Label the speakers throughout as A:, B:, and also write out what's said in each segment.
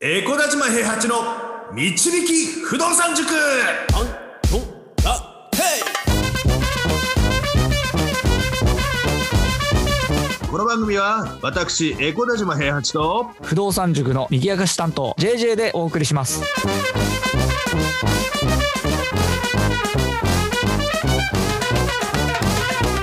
A: エコダ島平八の導き不動産塾
B: アントラテ
A: この番組は私エコダ島平八と
C: 不動産塾の賑やかし担当 JJ でお送りします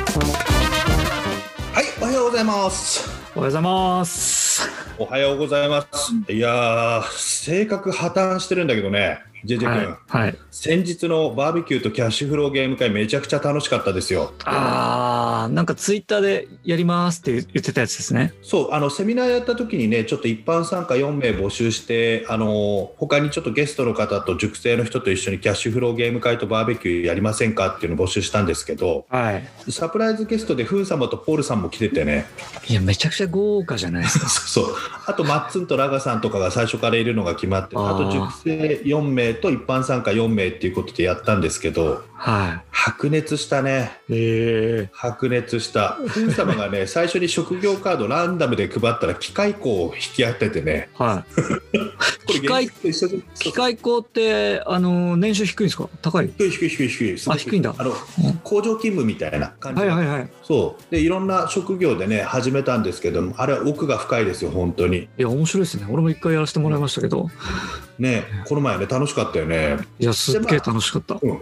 A: はいおはようございます
C: おはようございます
A: おはようございますいやー性格破綻してるんだけどね JJ 君、
C: はい、はい、
A: 先日のバーベキューとキャッシュフローゲーム会めちゃくちゃ楽しかったですよ
C: あーなんかツイッターでやりますって言ってたやつですね
A: そうあのセミナーやった時にねちょっと一般参加4名募集してあの他にちょっとゲストの方と塾生の人と一緒にキャッシュフローゲーム会とバーベキューやりませんかっていうのを募集したんですけど
C: はい
A: サプライズゲストでフー様とポールさんも来てて ね、
C: いやめちゃくちゃ豪華じゃないですか
A: そうそうあとマッツンとラガさんとかが最初からいるのが決まってて
C: あー
A: あと塾生4名と一般参加4名っていうことでやったんですけど
C: は
A: 白熱したね
C: いえ
A: 白熱 したフー様がね最初に職業カードランダムで配ったら機械工を引き当ててね
C: ー、はい機械
A: 現実と一緒で
C: 機械工ってあの年収低いんですか高い
A: 低い低い低い低いすごく
C: あ低いんだ
A: あの工場勤務みたいな感じ
C: は
A: の
C: いはいはい
A: そうでいろんな職業でね始めたんですけどもあれは奥が深いですよ本当に
C: いや面白いですね俺も一回やらせてもらいましたけど
A: ねこの前ね楽しかったよね、
C: いやすっげえ楽しかった
A: うん、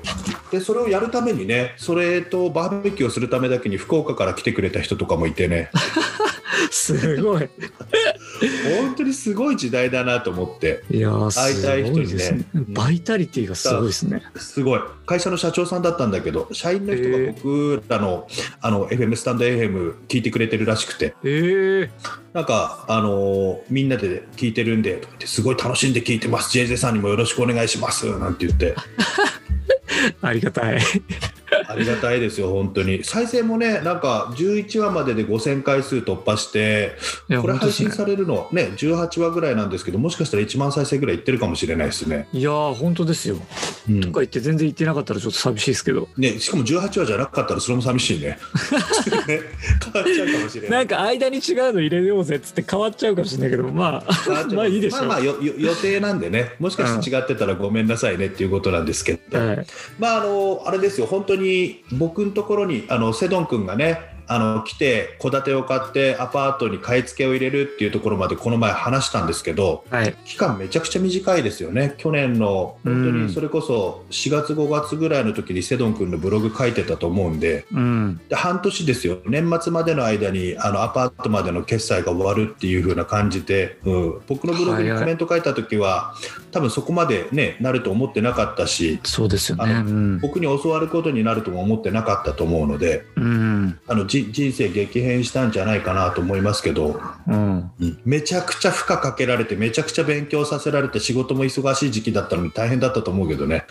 A: でそれをやるためにねそれとバーベキューをするためだけに福岡から来てくれた人とかもいて ね
C: すごい
A: 本当にすごい時代だなと思って
C: いやー
A: 会いたい
C: す
A: 人
C: ご
A: にね
C: いですねバイタリティがすごいですね
A: すごい会社の社長さんだったんだけど社員の人が僕らの,、あの FM スタンド FM 聞いてくれてるらしくて
C: えー、
A: なんか、あのーみんなで聞いてるんでとか言ってすごい楽しんで聞いてます JJ さんにもよろしくお願いしますなんて言 って
C: ありがたい。
A: ありがたいですよ、本当に。再生もね、なんか11話までで5000回数突破して、
C: いや
A: これ
C: 本当
A: 配
C: です
A: 信
C: ね
A: されるの、ね、18話ぐらいなんですけど、もしかしたら1万再生ぐらいいってるかもしれないですね。
C: いやー本当ですよ。
A: うん
C: とか言って全然言ってなかったらちょっと寂しいですけど。
A: ね、しかも18話じゃなかったら、それも寂しい ね。ね変わっちゃうかもしれな
C: ないん。か間に違うの入れようぜっつって変わっちゃうかもしれないけど、まあ、
A: 変わっちゃう
C: まあいいでしょう
A: まあまあよよ予定なんでね、もしかして違ってたらごめんなさいねっていうことなんですけど、
C: はい、
A: まああのあれですよ本当に僕のところにあのセドン君がねあの来て戸建てを買ってアパートに買い付けを入れるっていうところまでこの前話したんですけど
C: はい、
A: 期間めちゃくちゃ短いですよね去年の
C: うん
A: 本当にそれこそ4月5月ぐらいの時にセドン君のブログ書いてたと思うんで
C: うん、
A: で半年ですよ年末までの間にあのアパートまでの決済が終わるっていう風な感じで、うん、僕のブログにコメント書いた時は多分そこまで、ね、なると思ってなかったし
C: そうですよね。
A: あ
C: うん、
A: 僕に教わることになるとも思ってなかったと思うので
C: うん、
A: あのじ人生激変したんじゃないかなと思いますけど、
C: うん、
A: めちゃくちゃ負荷かけられてめちゃくちゃ勉強させられて仕事も忙しい時期だったのに大変だったと思うけど ね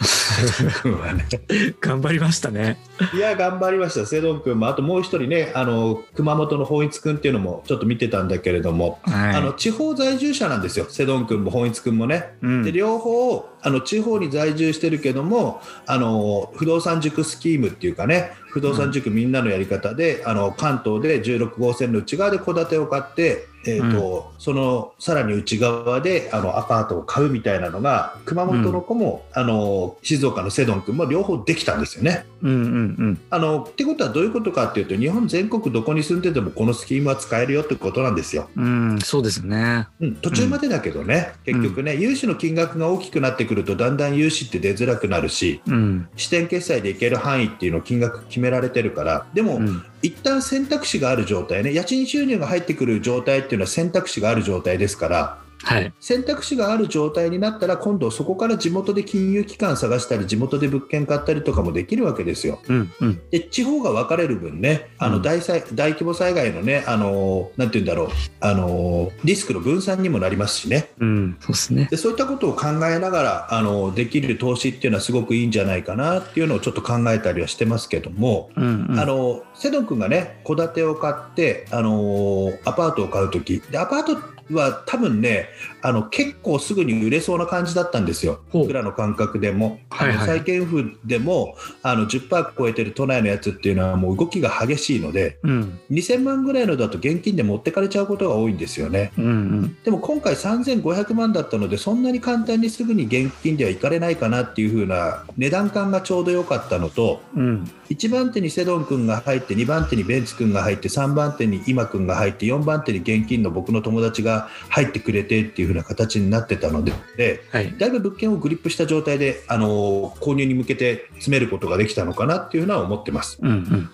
C: 頑張りましたね。
A: いや頑張りましたセドン君もあともう一人ねあの熊本の本一君っていうのもちょっと見てたんだけれども、
C: はい、
A: あの地方在住者なんですよセドン君も本一君もね
C: うん、
A: で両方あの地方に在住してるけどもあの不動産塾スキームっていうかね不動産塾みんなのやり方で、あの関東で16号線の内側で戸建てを買って、えーとそのさらに内側であのアパートを買うみたいなのが熊本の子も、あの静岡のセドン君も両方できたんですよね。
C: うん、うん、うん、
A: あのってことはどういうことかっていうと日本全国どこに住んでてもこのスキームは使えるよってことなんですよ。
C: うん、そうですね。
A: うん、途中までだけどね、
C: うん
A: 結局ね、融資の金額が大きくなってくると、だんだん融資って出づらくなるし、
C: うん、
A: 支店決済でいける範囲っていうのを金額決められてるから、でも、
C: うん、
A: 一旦選択肢がある状態ね、家賃収入が入ってくる状態っていうのは選択肢がある状態ですから、
C: はい、
A: 選択肢がある状態になったら、今度、そこから地元で金融機関探したり、地元で物件買ったりとかもできるわけですよ。
C: うん、うん、
A: で地方が分かれる分ね、あ
C: う
A: の
C: ん
A: 大災大規模災害のね、あのなんて言うんだろう、あのリスクの分散にもなりますしね。
C: うん、そうですね。
A: でそういったことを考えながらあのできる投資っていうのはすごくいいんじゃないかなっていうのをちょっと考えたりはしてますけども、
C: うん、うん、
A: あのセドン君がね戸建てを買ってあのアパートを買う時でアパートは多分ねあの結構すぐに売れそうな感じだったんですよ
C: ほう
A: 僕らの感覚でも、
C: はいはい
A: あの債券府でもあの10%超えてる都内のやつっていうのはもう動きが激しいので
C: うん。
A: 2000万ぐらいのだと現金で持ってかれちゃうことが多いんですよね
C: うんうん。
A: でも今回3500万だったのでそんなに簡単にすぐに現金ではいかれないかなっていう風な値段感がちょうど良かったのと
C: うん。
A: 1番手にセドン君が入って2番手にベンツ君が入って3番手に今君が入って4番手に現金の僕の友達が入ってくれてっていう風な形になってたのでで
C: はい。
A: だいぶ物件をグリップした状態で、あのー購入に向けて詰めることができたのかなっていうのは思ってます。
C: うんうん。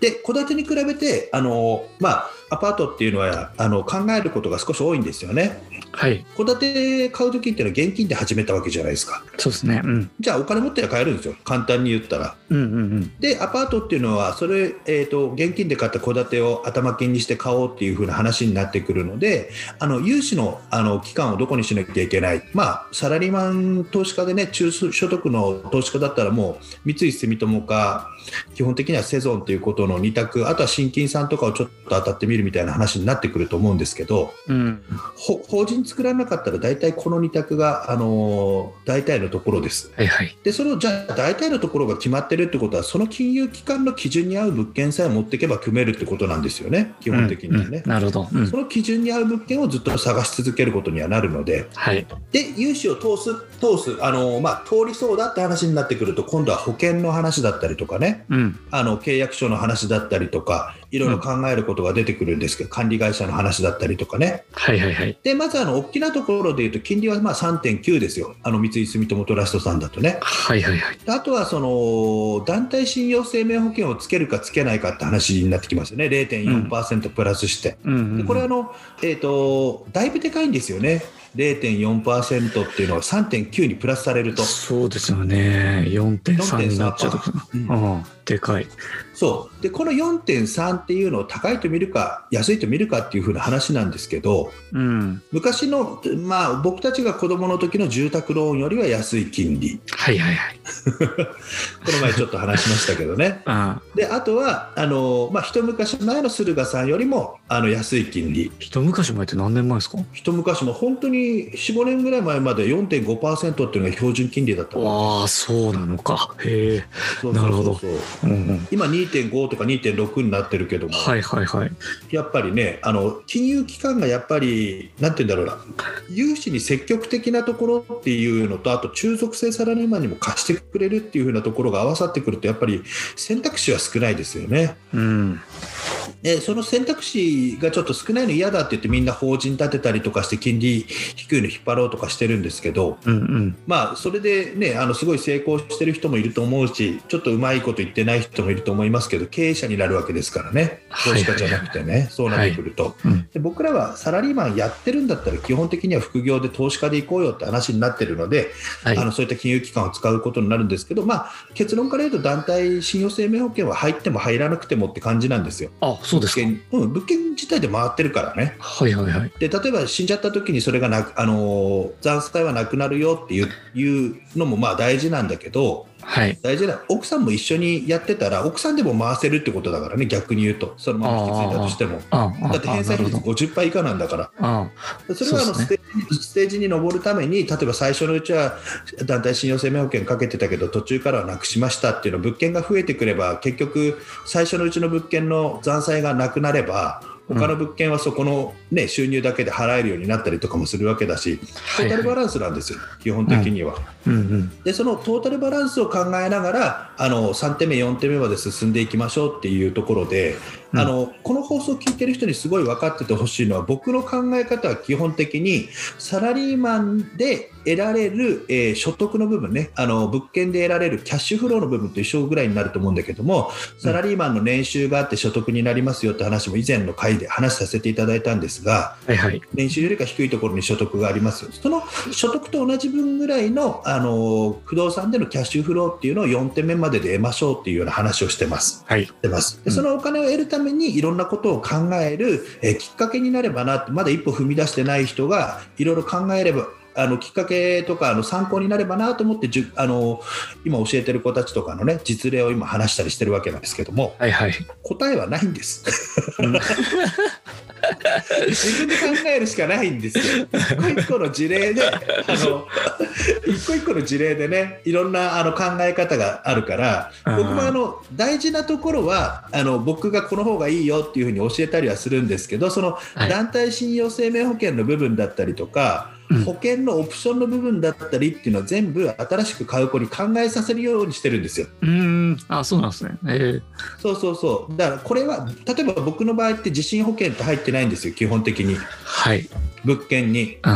A: で戸建てに比べて、あのーまあ、アパートっていうのはあの考えることが少し多いんですよね。
C: はい。
A: 戸建て買う時っていうのは現金で始めたわけじゃないですか
C: そうですね。うん。
A: じゃあお金持ってりゃ買えるんですよ簡単に言ったら
C: うんうんうん。
A: でアパートっていうのはそれ、えー、と現金で買った戸建てを頭金にして買おうっていう風な話になってくるのであの融資のあの期間をどこにしなきゃいけない、まあ、サラリーマン投資家でね中所得の投資家だったらもう三井住友か基本的にはセゾンということの2択あとは新金さんとかをちょっと当たってみるみたいな話になってくると思うんですけど、
C: うん。
A: ほ法人作らなかったら大体この2択が、あのー大体のところです
C: はいはい。
A: でそれをじゃあ大体のところが決まってるってことはその金融機関の基準に合う物件さえ持っていけば組めるってことなんですよね基本的にはね
C: うん、うんなるほど。うん
A: そ。の基準に合う物件をずっと探し続けることにはなるので
C: はい。
A: で融資を通す通す、あのーまあ、通りそうだって話になってくると今度は保険の話だったりとかね
C: うん。
A: あの契約書の話だったりとかいろいろ考えることが出てくるんですけど、管理会社の話だったりとかね
C: はいはいはい。
A: でまずあの大きなところでいうと金利はまあ3.9ですよ、あの三井住友トラストさんだとね。
C: はいはいはい。
A: あとはその団体信用生命保険をつけるかつけないかって話になってきますよね、0.4%プラスして。
C: うん、う
A: で
C: ん。
A: これはあの、えー、とだいぶでかいんですよね、0.4%っていうのは3.9にプラスされると。
C: そうですよね。4.3になっちゃうとか。
A: うん
C: うん。でかい。
A: そうでこの4.3っていうのを高いと見るか安いと見るかっていう風な話なんですけど
C: うん。
A: 昔の、まあ、僕たちが子供の時の住宅ローンよりは安い金利
C: はいはいはい。。
A: この前ちょっと話しましたけどね
C: ああ。
A: で、あとは、あの、まあ、一昔前の駿河さんよりも、あの、安い金利。
C: 一昔前って何年前ですか
A: 一昔も本当に4、5年ぐらい前まで4.5%っていうのが標準金利だったの。
C: わあ、そうなのか。へえ。
A: そうそうそうそう
C: なるほど。うんうん。
A: 今2.5とか2.6になってるけども、
C: はいはいはい。
A: やっぱりね、あの、金融機関がやっぱり、なんて言うんだろうな、融資に積極的なところっていうのと、あと中属性サラリーマンにも貸してくれるっていう風なところが合わさってくると、やっぱり選択肢は少ないですよね。
C: うん。
A: でその選択肢がちょっと少ないの嫌だって言ってみんな法人立てたりとかして金利低いの引っ張ろうとかしてるんですけど、
C: うんうん。
A: まあ、それでねあのすごい成功してる人もいると思うしちょっとうまいこと言ってない人もいると思いますけど経営者になるわけですからね
C: はい
A: 投資家じゃなくてねそうなってくると、
C: うん
A: で僕らはサラリーマンやってるんだったら基本的には副業で投資家で行こうよって話になってるので、
C: はい
A: あ。のそういった金融機関を使うことになるんですけど、まあ、結論から言うと団体信用生命保険は入っても入らなくてもって感じなんですよ。
C: あ、そうですか。
A: 物件うん、物件自体で回ってるからね。
C: はいはいはい。
A: で例えば死んじゃった時にそれがなく、あのー残債はなくなるよっていういうのもまあ大事なんだけど
C: はい。
A: 大事な奥さんも一緒にやってたら奥さんでも回せるってことだからね逆に言うとそのまま引き継いだとしても。
C: ああ、あ
A: だって返済
C: なる
A: 率
C: ほど。
A: 50倍以下なんだから
C: あ
A: それはあの
C: そう
A: ス
C: っ
A: テージ,、ステージに上るために例えば最初のうちは団体信用生命保険かけてたけど途中からはなくしましたっていうの物件が増えてくれば結局最初のうちの物件の残債がなくなれば他の物件はそこの、ね、収入だけで払えるようになったりとかもするわけだしトー
C: はい
A: タル
C: は
A: バ
C: い。
A: ランスなんですよ、基本的には。
C: うんうん。
A: でそのトータルバランスを考えながらあの3点目、4点目まで進んでいきましょうっていうところで、
C: うん
A: あのこの放送を聞いてる人にすごい分かっててほしいのは僕の考え方は基本的にサラリーマンで得られる、えー所得の部分ねあの物件で得られるキャッシュフローの部分と一緒ぐらいになると思うんだけどもサラリーマンの年収があって所得になりますよって話も以前の回で話させていただいたんですが、
C: はいはい。
A: 年収よりか低いところに所得がありますその所得と同じ分ぐらいのあの不動産でのキャッシュフローっていうのを4点目までで得ましょうっていうような話をしてます。
C: はい。
A: してますで
C: うん
A: そのお金を得るためにいろんなことを考える、えーきっかけになればなってまだ一歩踏み出してない人がいろいろ考えればあのきっかけとかあの参考になればなと思ってじゅあの今教えてる子たちとかのね実例を今話したりしてるわけなんですけども
C: はいはい。
A: 答えはないんです。
C: うん
A: 自分で考えるしかないんですよ。一個一個の事例で、あの一個一個の事例でね、いろんなあの考え方があるから、僕もあの大事なところはあの僕がこの方がいいよっていうふうに教えたりはするんですけど、その
C: はい
A: 団体信用生命保険の部分だったりとか、
C: うん
A: 保険のオプションの部分だったりっていうのは全部新しく買う子に考えさせるようにしてるんですよ。
C: うーん、あ、そうなんですね。えー、
A: そうそうそう。だからこれは例えば僕の場合って地震保険って入ってないんですよ。基本的に
C: はい。
A: 物件に。
C: う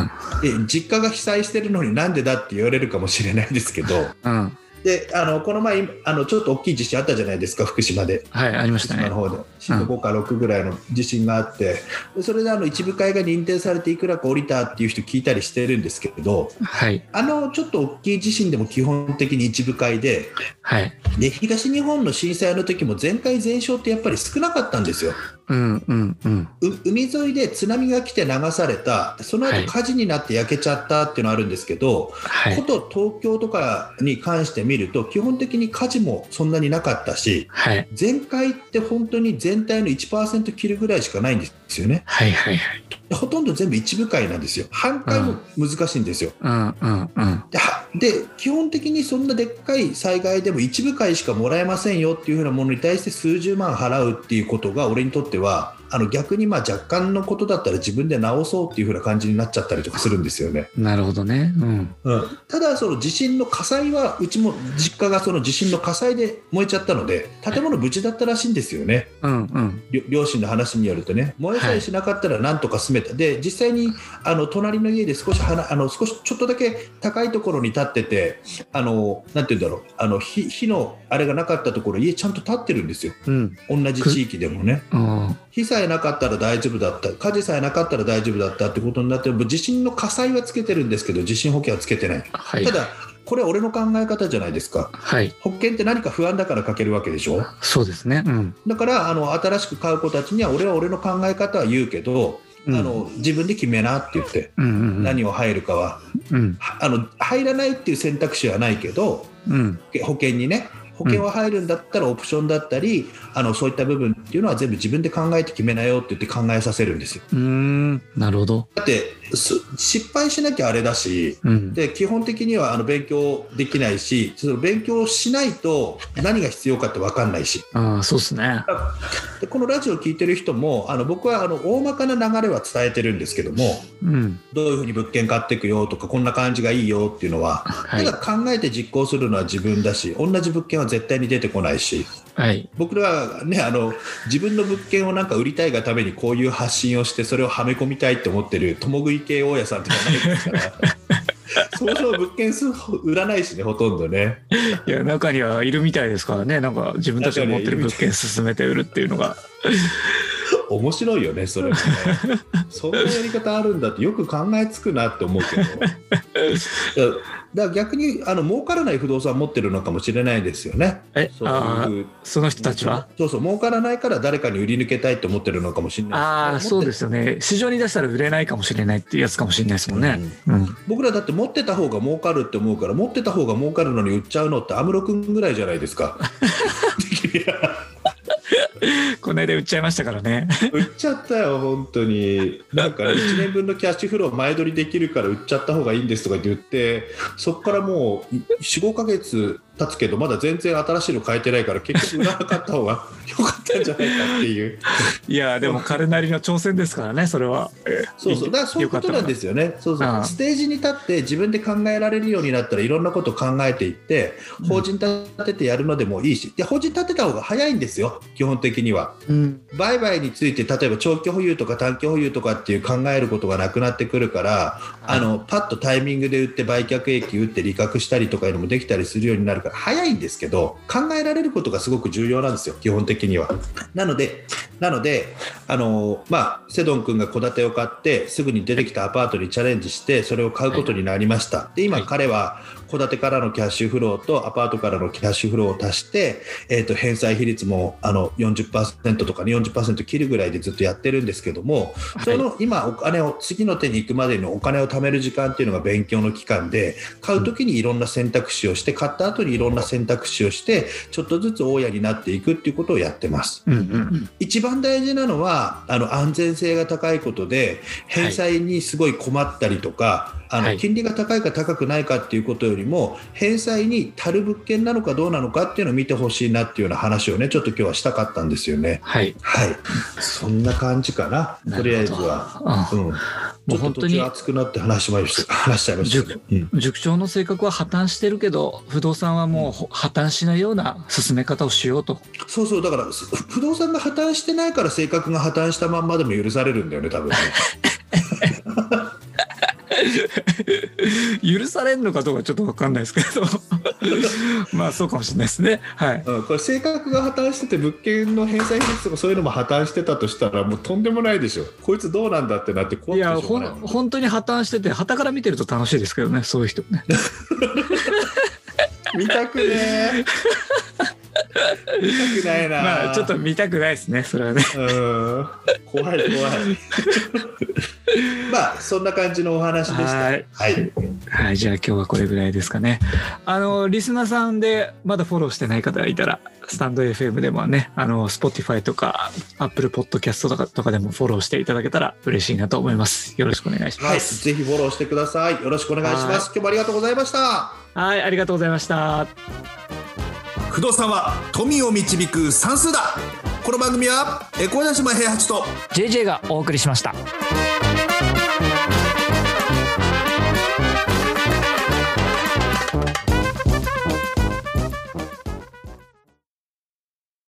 C: ん、
A: で実家が被災してるのになんでだって言われるかもしれないですけど
C: うん、
A: であのこの前あのちょっと大きい地震あったじゃないですか福島で
C: はい、ありま
A: 福
C: した
A: 島
C: ね
A: の。方で震度5か6ぐらいの地震があってでそれであの一部会が認定されていくらか降りたっていう人聞いたりしてるんですけれど
C: はい、
A: あのちょっと大きい地震でも基本的に一部会で
C: はい。
A: で東日本の震災の時も全壊全焼ってやっぱり少なかったんですよ。
C: うん、うん、うん。
A: う海沿いで津波が来て流されたその
C: はい
A: 後火事になって焼けちゃったっていうのあるんですけど、
C: は
A: こ
C: い、
A: と東京とかに関して見ると基本的に火事もそんなになかったし
C: はい、
A: 全壊って本当に全体の1%切るぐらいしかないんですよね
C: はい、はい、はい。
A: ほとんど全部一部会なんですよ半壊も難しいんですよ、
C: うん、うん、うん。
A: ではで基本的にそんなでっかい災害でも一部会しかもらえませんよっていうふうなものに対して数十万払うっていうことが俺にとってはあの逆にまあ若干のことだったら自分で直そうっていうふうな感じになっちゃったりとかするんですよね。
C: なるほどね。うん。
A: ただその地震の火災はうちも実家がその地震の火災で燃えちゃったので建物無事だったらしいんですよね
C: うん、うん。
A: りょ両親の話によるとね燃えさえしなかったらなんとか住めた、で実際にあの隣の家で少しはなあの少しちょっとだけ高いところに立っててあのなんて言うんだろうあの火火のあれがなかったところ家ちゃんと立ってるんですよ
C: うん。
A: 同じ地域でもね。
C: うん
A: 火さえなかったら大丈夫だった火事さえなかったら大丈夫だったってことになってもう地震の火災はつけてるんですけど地震保険はつけてない
C: はい
A: た。だ、これは俺の考え方じゃないですか。
C: はい。
A: 保険って何か不安だからかけるわけでしょ
C: そうですね。うん。
A: だからあの新しく買う子たちには俺は俺の考え方は言うけど、
C: うん
A: あの自分で決めなって言って、
C: うん、うん。うん。
A: 何を入るかは
C: うん。
A: はあの入らないっていう選択肢はないけど
C: うん。
A: 保険にね保険は入るんだったらオプションだったり、あのそういった部分っていうのは全部自分で考えて決めなよって言って考えさせるんですよ
C: うーん。なるほど。
A: だってす失敗しなきゃあれだし
C: うん。
A: で基本的にはあの勉強できないしその勉強しないと何が必要かって分かんないし
C: ああ、そうですね。
A: でこのラジオを聞いてる人もあの僕はあの大まかな流れは伝えてるんですけども
C: うん。
A: どういうふうに物件買っていくよとかこんな感じがいいよっていうのは
C: は
A: た
C: い
A: だ。考えて実行するのは自分だし同じ物件は絶対に出てこないし
C: はい。
A: 僕らはねあの自分の物件をなんか売りたいがためにこういう発信をしてそれをはめ込みたいって思ってる共食い系大家さんとかないです からそもそも物件数売らないしねほとんどね
C: いや、中にはいるみたいですからね。なんか、自分たちが持ってる物件進めて売るっていうのが。
A: 面白いよねそ れもねそんなやり方あるんだってよく考えつくなって思うけど だから逆にあの儲からない不動産持ってるのかもしれないですよね
C: え、
A: そう
C: ああ、
A: いう
C: その人たちは
A: そうそう儲からないから誰かに売り抜けたいって思ってるのかもしれない
C: ああ、そうですすよね。市場に出したら売れないかもしれないっていうやつかもしれないですもんね。うん。
A: 僕らだって持ってた方が儲かるって思うから持ってた方が儲かるのに売っちゃうのって安室君ぐらいじゃないです か
C: この間売っちゃいましたからね。
A: 売っちゃったよ本当になんか、ね、1年分のキャッシュフロー前取りできるから売っちゃった方がいいんですとか言ってそこからもう45ヶ月経つけどまだ全然新しいの変えてないから結局売らなかった方が良かったんじゃないかっていう
C: いや、でも彼なりの挑戦ですからね、それは。え
A: そうそうだからそういうことなんですよねそうそう
C: ああ
A: ステージに立って自分で考えられるようになったらいろんなことを考えていって法人立ててやるのでもいいしで法人立てた方が早いんですよ基本的には。
C: うん。
A: 売買について例えば長期保有とか短期保有とかっていう考えることがなくなってくるから、あのパッとタイミングで売って売却益売って利確したりとかいうのもできたりするようになるから早いんですけど考えられることがすごく重要なんですよ基本的には。なのでなのであの、まあ、セドン君が戸建てを買ってすぐに出てきたアパートにチャレンジしてそれを買うことになりました。で今
C: はい
A: 彼は戸建てからのキャッシュフローとアパートからのキャッシュフローを足して、えー、と返済比率もあの40%とか、ね、40%切るぐらいでずっとやってるんですけども、
C: はい
A: その今お金を次の手に行くまでにお金を貯める時間っていうのが勉強の期間で買う時にいろんな選択肢をして買った後にいろんな選択肢をしてちょっとずつ大家になっていくっていうことをやってます
C: うんうん
A: 一番大事なのはあの安全性が高いことで返済にすごい困ったりとか、
C: は
A: あ
C: い
A: の金利が高いか高くないかっていうことよりも返済に足る物件なのかどうなのかっていうのを見てほしいなっていうような話をねちょっと今日はしたかったんですよね。
C: はい
A: はい、そんな感じかな、とりあえずは。
C: は
A: うん、
C: も
A: ち
C: う
A: ょっ
C: 本
A: と
C: 当
A: 途
C: に
A: 中熱くなって話しました 話しちゃいましたけど、うん、
C: 塾長の性格は破綻してるけど不動産はもうほ破綻しないような進め方をしようと
A: そうそうだからす不動産が破綻してないから性格が破綻したまんまでも許されるんだよね多 分ね
C: 許されるのかどうかちょっと分かんないですけ どまあそうかもしれないですねはい
A: うん、これ性格が破綻してて物件の返済率とかそういうのも破綻してたとしたらもうとんでもないでしょこいつどうなんだってなって怖
C: い
A: くてし
C: や
A: ょ
C: ほ
A: うんがないもん
C: 本当に破綻しててはたから見てると楽しいですけどねそういう人ね
A: 見たくねえ見たく ないな
C: まあちょっと見たくないですねそれはね
A: うん 怖い怖いまあそんな感じのお話でした
C: はい
A: はい
C: はいじゃあ今日はこれぐらいですかねあのリスナーさんでまだフォローしてない方がいたらスタンド FM でもねあの Spotify とか Apple Podcast とかとかでもフォローしていただけたら嬉しいなと思いますよろしくお願いし
A: は
C: ま
A: い、
C: す
A: ぜひフォローしてください。よろしくお願いします。今日もありがとうございました。
C: はいありがとうございました
A: 不動産は富を導く算数だ。この番組は、え、小田島平八と。
D: JJ がお送りしました